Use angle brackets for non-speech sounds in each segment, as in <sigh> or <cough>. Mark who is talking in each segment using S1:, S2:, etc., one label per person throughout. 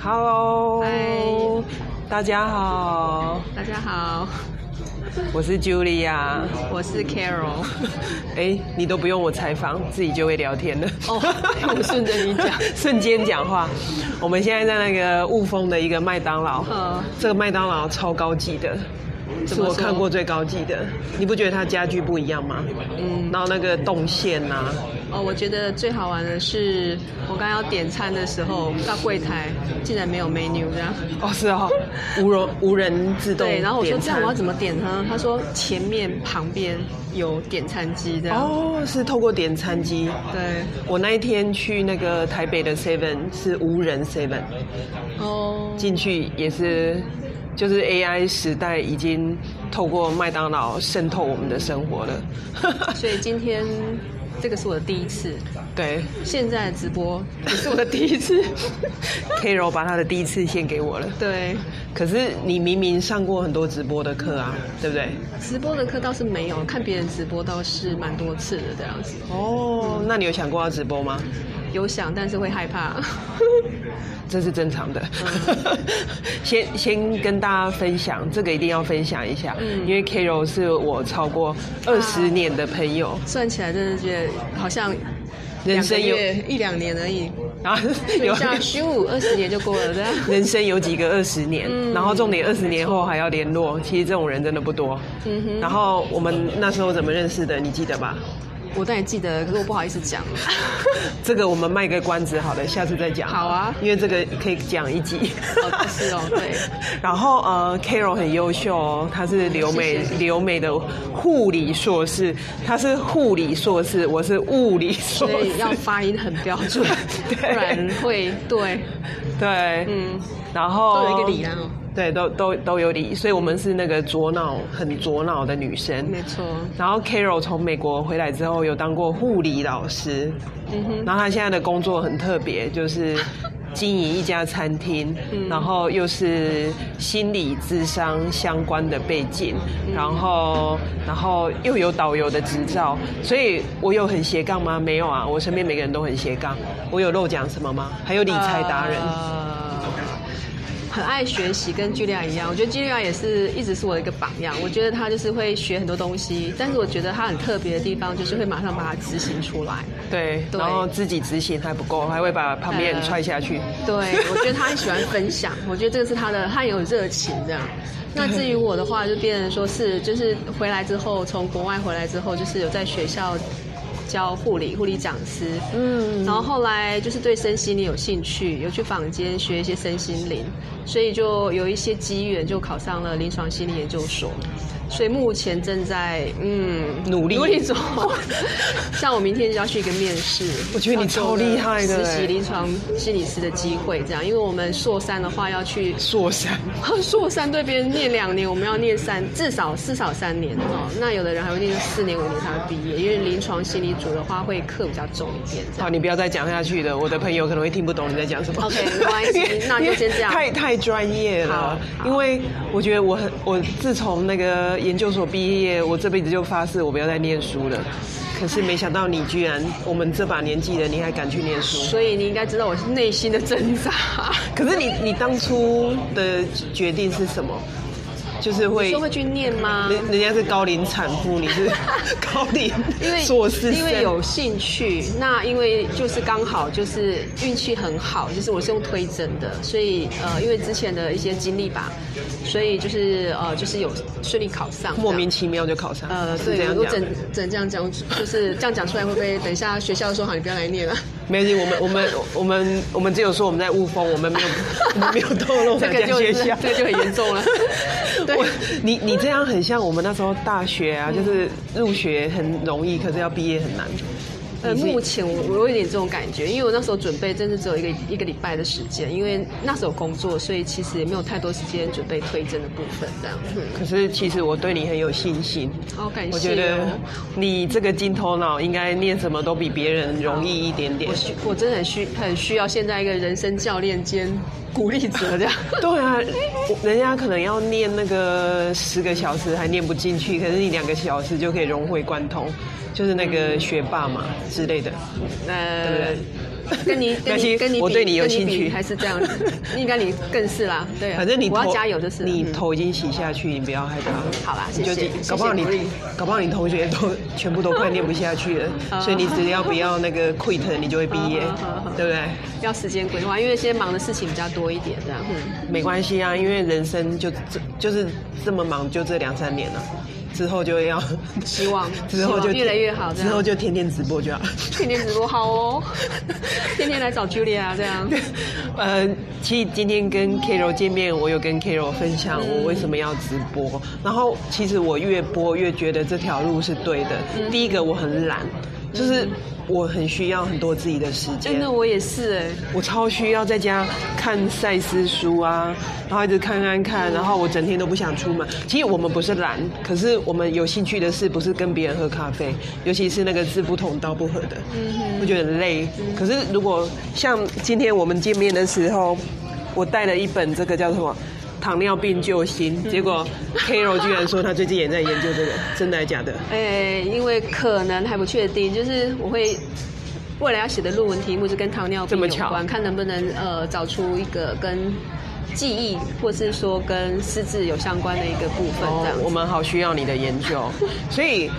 S1: Hello，
S2: 嗨
S1: 大家好，
S2: 大家好， <laughs>
S1: 我是 Julia。
S2: 我是 Carol。
S1: 哎、你都不用我采访，自己就会聊天了。
S2: 哦我顺着你
S1: <laughs>
S2: 讲
S1: 瞬间讲话。我们现在在那个雾峰的一个麦当劳，
S2: 嗯
S1: 这个麦当劳超高级的。
S2: 怎
S1: 是
S2: 么
S1: 我
S2: 说
S1: 看过最高级的，你不觉得它家具不一样吗？
S2: 嗯，
S1: 然后那个动线呐、啊，
S2: 哦，我觉得最好玩的是，我刚要点餐的时候到柜台，竟然没有 menu 这样。
S1: 哦是哦，无人无人自动
S2: 对，然后我说
S1: 点
S2: 这
S1: 餐
S2: 样我要怎么点呢？他说前面旁边有点餐机这样。
S1: 哦，是透过点餐机。
S2: 对，
S1: 我那一天去那个台北的 Seven 是无人 Seven，
S2: 哦，
S1: 进去也是就是 AI 时代已经透过麦当劳渗透我们的生活了。 <laughs>
S2: 所以今天这个是我的第一次，
S1: 对
S2: 现在直播也是我的第
S1: <laughs>
S2: 一次。
S1: ，Carol 把他的第一次献给我了。
S2: 对，
S1: 可是你明明上过很多直播的课啊，对不对？
S2: 直播的课倒是没有，看别人直播倒是蛮多次的这样子。
S1: 哦，那你有想过要直播吗？
S2: 有想，但是会害怕。
S1: 这是正常的。 <laughs> 先先跟大家分享，这个一定要分享一下，
S2: 嗯
S1: 因为 Carol 是我超过二十年的朋友，
S2: 算起来真的觉得好像
S1: 人生有
S2: 两个月一两年而已，
S1: 然后
S2: 等一
S1: <laughs>
S2: 下十五二十年就过了，对啊。
S1: 人生有几个二十年，
S2: 嗯
S1: 然后重点二十年后还要联络，其实这种人真的不多。
S2: 嗯哼
S1: 然后我们那时候怎么认识的，你记得吧？
S2: 我当然记得，可是我不好意思讲。
S1: 这个我们卖个关子好了，下次再讲。
S2: 好啊
S1: 因为这个可以讲一集。 <laughs>
S2: 哦是哦对。
S1: 然后呃，Carol 很优秀哦，她是留美
S2: 谢谢
S1: 留美的护理硕士，她是护理硕士，我是物理硕
S2: 所以
S1: 士。
S2: 要发音很标准，
S1: 对
S2: 不然会对，
S1: 对，
S2: 嗯，
S1: 然后
S2: 都有一个理啦哦。
S1: 对，都都都有理，所以我们是那个左脑很左脑的女生。
S2: 没错，
S1: 然后 Carol 从美国回来之后，有当过护理老师，
S2: 嗯哼，
S1: 然后她现在的工作很特别，就是经营一家餐厅，
S2: 嗯
S1: 然后又是心理智商相关的背景，
S2: 嗯
S1: 然后然后又有导游的执照，所以我有很斜杠吗？没有啊，我身边每个人都很斜杠。我有漏讲什么吗？还有理财达人。
S2: 呃很爱学习，跟 Julia 一样，我觉得 Julia 也是一直是我的一个榜样。我觉得她就是会学很多东西，但是我觉得她很特别的地方就是会马上把它执行出来。
S1: 对，
S2: 对
S1: 然后自己执行还不够，还会把旁边人踹下去。
S2: 对，我觉得他很喜欢分享，我觉得这个是他的，他很有热情这样。那至于我的话，就变成说是，就是回来之后，从国外回来之后，就是有在学校教护理，护理讲师，嗯，然后后来就是对身心灵有兴趣，有去坊间学一些身心灵，所以就有一些机缘就考上了临床心理研究所，所以目前正在嗯
S1: 努力
S2: 努力中， <laughs> 像我明天就要去一个面试，
S1: 我觉得你超厉害的
S2: 要做实
S1: 欸
S2: 习临床心理师的机会，这样，因为我们硕三的话要去。 <laughs>
S1: 硕山，
S2: 硕三对别人念两年，我们要念三，至少至少三年哦。那有的人还会念四年、五年才会毕业，因为临床心理组的话会课比较重一点。这样
S1: 好，你不要再讲下去了，我的朋友可能会听不懂你在讲什么。
S2: OK，没关系
S1: 因 <laughs> 为
S2: 那就先这样
S1: 太太专业了
S2: 好，好
S1: 因为我觉得我很，我自从那个研究所毕业，我这辈子就发誓我不要再念书了。可是没想到你居然，我们这把年纪的你还敢去念书。
S2: 所以你应该知道我是内心的挣扎。 <laughs>
S1: 可是你你当初的决定是什么？就是会
S2: 你说会去念吗？
S1: 人人家是高龄产妇，你
S2: <laughs>
S1: 是高龄
S2: 因为
S1: 硕士生，
S2: 因为有兴趣，那因为就是刚好就是运气很好，就是我是用推诊的，所以呃，因为之前的一些经历吧，所以就是呃，就是有顺利考上这样，
S1: 莫名其妙就考上，
S2: 呃，
S1: 是这
S2: 对，
S1: 样
S2: 我
S1: 讲
S2: 整。整这样讲，就是这样讲出来会不会等一下学校说好你不要来念了？
S1: 没关系，我们我们我们我们只有说我们在雾峰，我们
S2: <laughs>
S1: 没有 <laughs> 我们没有透露
S2: 这
S1: 哪
S2: 个
S1: 家
S2: 就
S1: 学
S2: 是
S1: 校，
S2: 这个就很
S1: <laughs>
S2: 严重了对嗯
S1: 我你你这样很像我们那时候大学啊，就是入学很容易，可是要毕业很难。
S2: 呃，
S1: 你是
S2: 目前我我有点这种感觉，因为我那时候准备真的只有一个一个礼拜的时间，因为那时候有工作，所以其实也没有太多时间准备推甄的部分，这样。嗯，
S1: 可是其实我对你很有信心，
S2: 好感谢、哦。
S1: 我觉得你这个金头脑应该念什么都比别人容易一点点
S2: 我。需我真的很需很需要现在一个人生教练兼鼓励
S1: <laughs>
S2: 者这样。
S1: 对啊，我人家可能要念那个十个小时还念不进去，可是你两个小时就可以融会贯通，就是那个学霸嘛之类的。
S2: 呃
S1: 对，
S2: 跟你
S1: 没
S2: 跟
S1: 关
S2: 你
S1: 系
S2: 跟你比
S1: 我对你有
S2: 跟
S1: 兴
S2: 比
S1: 趣
S2: 还是这样子，
S1: <laughs>
S2: 应该你更是啦，对啊，
S1: 反正你
S2: 我要
S1: 头
S2: 加油就是了
S1: 你
S2: 嗯
S1: 头已经洗下去，你不要害怕。
S2: 好啦
S1: 你就
S2: 谢谢
S1: 搞不好你
S2: 谢谢鼓励
S1: 搞不好你同学都全部都快念不下去
S2: <laughs>
S1: 了，
S2: 啊
S1: 所以你只要不要那个 quit，你就会毕
S2: <laughs>
S1: 业
S2: 好好好好，
S1: 对不对？
S2: 要时间规划，因为现在忙的事情比较多一点，这样。嗯
S1: 没关系啊，因为人生就这就是这么忙，就这两三年了，之后就要
S2: <laughs> 希望
S1: <laughs> 之后就
S2: 希望越来越好这
S1: 之
S2: 样
S1: 后就天天直播就好。 <laughs>
S2: 天天直播好哦，天天来找 Julia 这样。
S1: 呃，其实今天跟 Karo 见面，我有跟 Karo 分享我为什么要直播。然后其实我越播越觉得这条路是对的。
S2: 嗯
S1: 第一个我很懒，就是我很需要很多自己的时
S2: 真
S1: 间
S2: 的，。我也是哎、
S1: 我超需要在家看赛斯书啊，然后一直看看看，然后我整天都不想出门。其实我们不是懒，可是我们有兴趣的事不是跟别人喝咖啡，尤其是那个志不同道不合的，我觉得很累。可是如果像今天我们见面的时候，我带了一本这个叫什么？糖尿病救星，结果 Carol 居然说他最近也在研究这个，真的还假的？
S2: 哎、因为可能还不确定，就是我会未来要写的论文题目是跟糖尿病
S1: 这么
S2: 有
S1: 巧
S2: 关，看能不能呃找出一个跟记忆或是说跟失智有相关的一个部分这样
S1: 哦。我
S2: 子。
S1: 们好需要你的研究， <laughs> 所以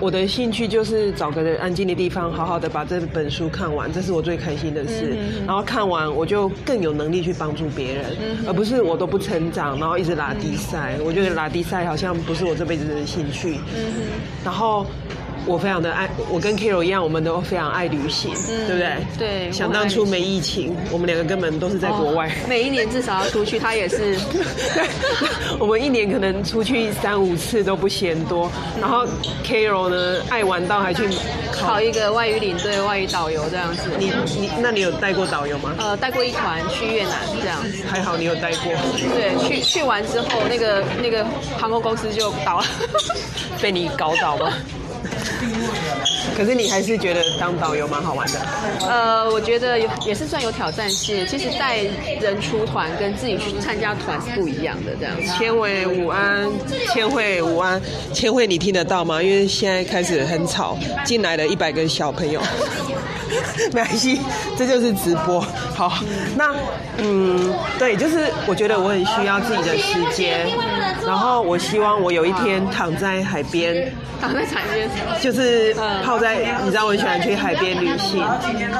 S1: 我的兴趣就是找个安静的地方，好好的把这本书看完，这是我最开心的
S2: 嗯
S1: 事。然后看完我就更有能力去帮助别人，
S2: 嗯
S1: 而不是我都不成长，然后一直拉低赛。我觉得拉低赛好像不是我这辈子的兴趣。
S2: 嗯
S1: 然后。我非常的爱，我跟 Kiro 一样，我们都非常爱旅行，对不对？
S2: 嗯对
S1: 想
S2: 我很爱
S1: 当初
S2: 旅行
S1: 没疫情，我们两个根本都是在国外。
S2: 哦每一年至少要出去，他
S1: <laughs>
S2: 也是
S1: 我们一年可能出去三五次都不嫌多。然后 Carol 呢，爱玩到还去
S2: 考一个外语领队、外语导游这样子。
S1: 你你，那你有带过导游吗？
S2: 呃带过一团去越南这样子，
S1: 还好你有带过，
S2: 对，去去完之后，那个那个航空公司就倒了。
S1: 被你搞倒吗？ <laughs> 可是你还是觉得当导游蛮好玩的。
S2: 呃，我觉得有也是算有挑战性。其实带人出团跟自己去参加团是不一样的，这样子。
S1: 千伟午安，千惠午安，千惠你听得到吗？因为现在开始很吵，进来了一百个小朋友， <laughs> 没关系，这就是直播。好，那嗯，对，就是我觉得我很需要自己的时间，然后我希望我有一天躺在海边，
S2: 躺在产业
S1: 就是泡在，你知道我很喜欢去海边旅行，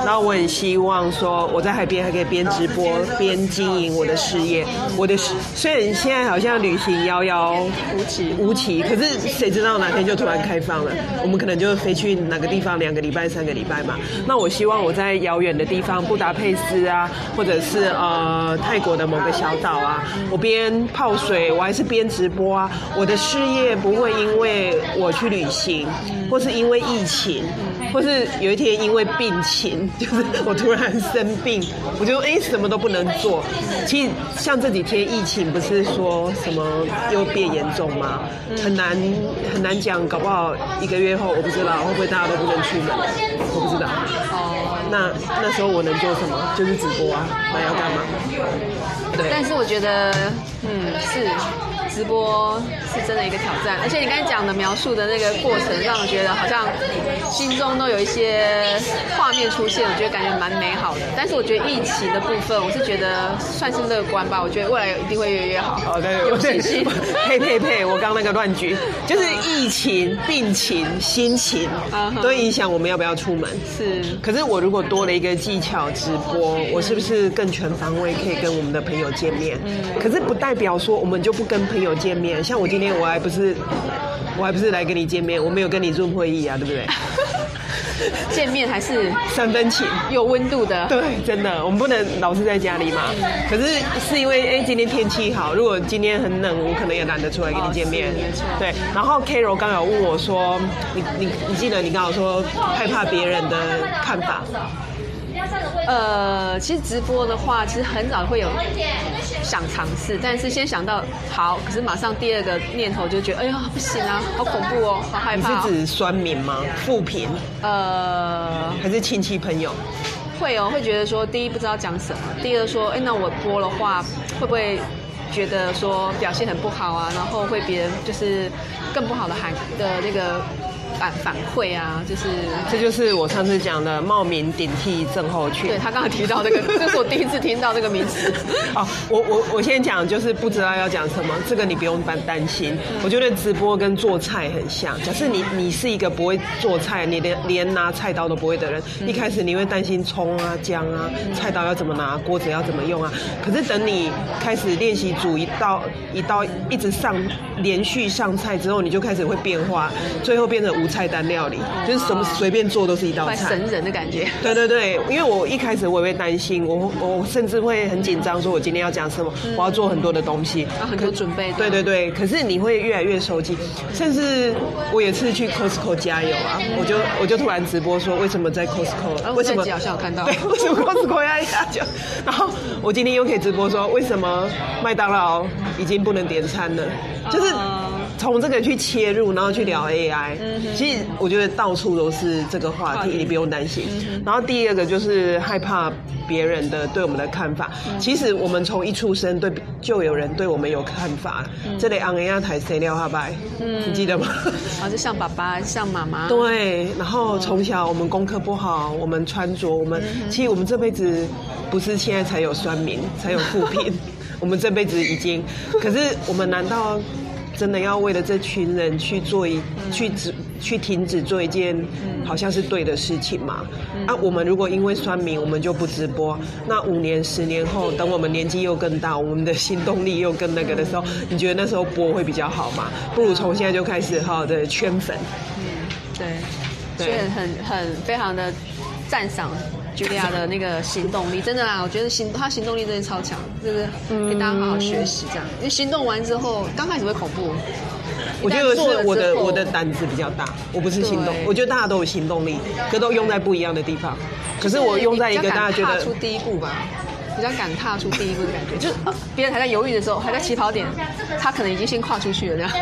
S1: 然后我很希望说我在海边还可以边直播边经营我的事业。我的事虽然现在好像旅行遥遥
S2: 无期，
S1: 无期，可是谁知道哪天就突然开放了？我们可能就飞去哪个地方两个礼拜、三个礼拜嘛。那我希望我在遥远的地方，布达佩斯啊，或者是呃泰国的某个小岛啊，我边泡水，我还是边直播啊。我的事业不会因为我去旅行，或是因为疫情，或是有一天因为病情， <laughs> 就是我突然生病，我就哎、诶什么都不能做。其实像这几天疫情不是说什么又变严重吗？很难很难讲，搞不好一个月后我不知道会不会大家都不能出门，我不知道。
S2: 哦。
S1: 那那时候我能做什么？就是直播啊，那要干嘛？对。
S2: 但是我觉得，嗯，是直播是真的一个挑战，而且你刚才讲的描述的那个过程，让我觉得好像心中都有一些画面出现，我觉得感觉蛮美好的。但是我觉得疫情的部分，我是觉得算是乐观吧，我觉得未来一定会越来越好。
S1: 哦，对，
S2: <laughs> 有
S1: 我
S2: 信
S1: <laughs>
S2: 心。啊
S1: 呸呸呸！我刚那个乱举，就是疫情、病情、心情
S2: 嗯哼
S1: 都影响我们要不要出门。
S2: 是，
S1: 可是我如果多了一个技巧直播，我是不是更全方位可以跟我们的朋友见面？
S2: 嗯
S1: 可是不代表说我们就不跟朋友见面。像我今天我还不是，我还不是来跟你见面，我没有跟你 Zoom 会议啊，对不对？
S2: 见面还是
S1: 三分情。
S2: 有温度的。
S1: 对，真的，我们不能老是在家里嘛。可是是因为哎、今天天气好，如果今天很冷，我可能也懒得出来跟你见面
S2: 哦是没错。
S1: 对，然后 Carol 刚有问我说，你你你记得你刚好说害怕别人的看法，
S2: 呃，其实直播的话，其实很早会有想尝试，但是先想到好，可是马上第二个念头就觉得，哎呀，不行啊，好恐怖哦，好害
S1: 你是
S2: 怕、哦。
S1: 指酸民吗？负评
S2: 呃，
S1: 还是亲戚朋友？
S2: 会哦，会觉得说，第一不知道讲什么，第二说，哎，那我播的话，会不会觉得说表现很不好啊？然后会别人就是更不好的喊的那个反反馈啊，就是
S1: 这就是我上次讲的冒名顶替症候群。
S2: 对他刚刚提到这个，这是我第一次听到这个名
S1: <laughs>
S2: 词。
S1: 哦，我我我先讲，就是不知道要讲什么，这个你不用担担心。我觉得直播跟做菜很像。假设你你是一个不会做菜，你连连拿菜刀都不会的人，一开始你会担心葱啊、姜啊、菜刀要怎么拿，锅子要怎么用啊。可是等你开始练习煮一道一道一直上连续上菜之后，你就开始会变化，最后变成无菜单料理，就是什么随便做都是一道
S2: 快
S1: 菜
S2: 神。人的感觉。
S1: 对对对，因为我一开始我也会担心，我我甚至会很紧张，说我今天要讲什么，我要做很多的东西，
S2: 要很多准备
S1: 对对对，可是你会越来越熟悉，甚至我有一次去 Costco 加油啊，我就我就突然直播说为什么在 Costco，、
S2: 啊我
S1: 为什
S2: 在
S1: 么
S2: 家好像有看到
S1: 对，为什么 Costco 要加油？然后我今天又可以直播说为什么麦当劳已经不能点餐了，就是
S2: 哦
S1: 从这个去切入，然后去聊 AI，、其实我觉得到处都是这个话
S2: 嗯话
S1: 题，
S2: 题嗯
S1: 你不用担心。然后第二个就是害怕别人的对我们的看法。
S2: 嗯
S1: 其实我们从一出生对就有人对我们有看法，
S2: 嗯
S1: 这里昂人亚台谁料哈白，你记得吗？
S2: 啊，就像爸爸，像妈妈，
S1: 对，然后从小我们功课不好，我们穿着，我们其实我们这辈子不是现在才有酸民，才有负评，我们这辈子已经，可是我们难道真的要为了这群人去做一去止去停止做一件好像是对的事情吗？啊，我们如果因为酸民我们就不直播，那五年十年后，等我们年纪又更大，我们的行动力又更那个的时候，你觉得那时候播会比较好吗？不如从现在就开始好好的圈粉。
S2: 对，
S1: 对
S2: 所以很很非常的赞赏 Julia 的那个行动力，真的啦，我觉得行她行动力真的超强，就是给大家好好学习这样。因为行动完之后，刚开始会恐怖，
S1: 我觉得
S2: 一旦做
S1: 是
S2: 了
S1: 我
S2: 之
S1: 的
S2: 后
S1: 我的胆子比较大，我不是行动
S2: 对，
S1: 我觉得大家都有行动力，可都用在不一样的地方。可是我用在一个
S2: 比较
S1: 大家
S2: 敢
S1: 觉
S2: 踏
S1: 得
S2: 出第一步吧。比较敢踏出第一步的感觉，就是呃别人还在犹豫的时候，还在起跑点，他可能已经先跨出去了这样。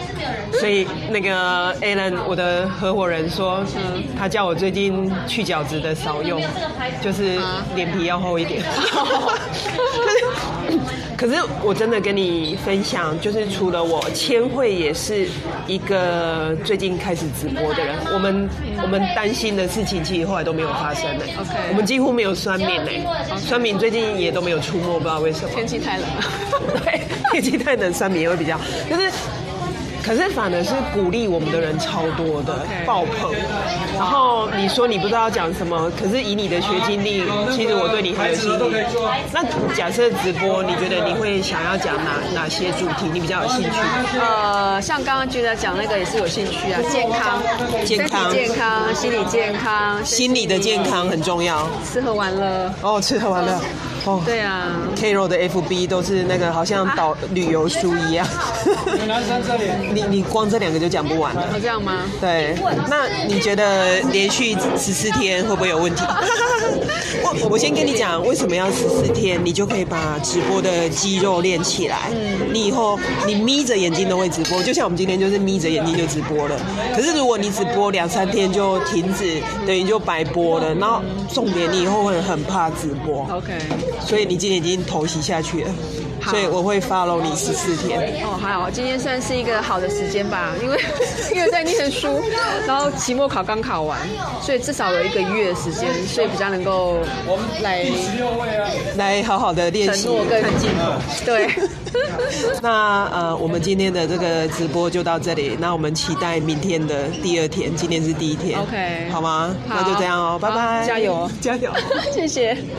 S1: 所以那个 Alan，我的合伙人说，他叫我最近去角质的少用，就是脸皮要厚一点。 <laughs> 可是我真的跟你分享，就是除了我，千惠也是一个最近开始直播的人。我们我们担心的事情，其实后来都没有发生呢。
S2: OK
S1: 我们几乎没有酸敏呢，酸敏最近也都没有出没，不知道为什么。
S2: 天气太冷了，
S1: <laughs> 对，天气太冷，酸民也会比较，就是。可是反而是鼓励我们的人超多的
S2: OK
S1: 爆棚，然后你说你不知道讲什么，可是以你的学经历，其实我对你很有信
S3: 都可以
S1: 心。
S3: 做啊
S1: 那假设直播，你觉得你会想要讲哪哪些主题？你比较有兴趣？
S2: 呃，像刚刚觉得讲那个也是有兴趣啊，健康、
S1: 健康
S2: 身体健康、心理健康、
S1: 心理的健、康很重要
S2: 吃喝玩乐，
S1: 哦，吃喝玩乐哦。
S2: 对啊，
S1: K r o 的 FB 都是那个好像导旅游书一样， <laughs>
S3: 南山这里。
S1: 你你光这两个就讲不完了。
S2: 哦这样吗？
S1: 对，那你觉得连续十四天会不会有问题？ <laughs> 我我先跟你讲，为什么要十四天，你就可以把直播的肌肉练起来。
S2: 嗯
S1: 你以后你眯着眼睛都会直播，就像我们今天就是眯着眼睛就直播了。可是如果你只播两三天就停止，等于就白播了。然后重点，你以后会很怕直播。
S2: OK，
S1: 所以你今天已经投袭下去了，
S2: 好
S1: 所以我会 follow 你十四天。
S2: 哦，还好，今天算是一个好的时间吧，因为 <laughs> 因为在念书，然后期末考刚考完，所以至少有一个月的时间，所以比较能够来
S3: 啊
S1: 来好好的练
S2: 承
S1: 习，
S2: 诺跟进 <laughs> 对，
S1: <laughs> 那呃，我们今天的这个直播就到这里，那我们期待明天的第二天，今天是第一天
S2: OK
S1: 好吗？
S2: 好
S1: 那就这样哦，拜
S2: 好
S1: 拜，
S2: 加油哦
S1: <laughs> 加油。
S2: 谢谢。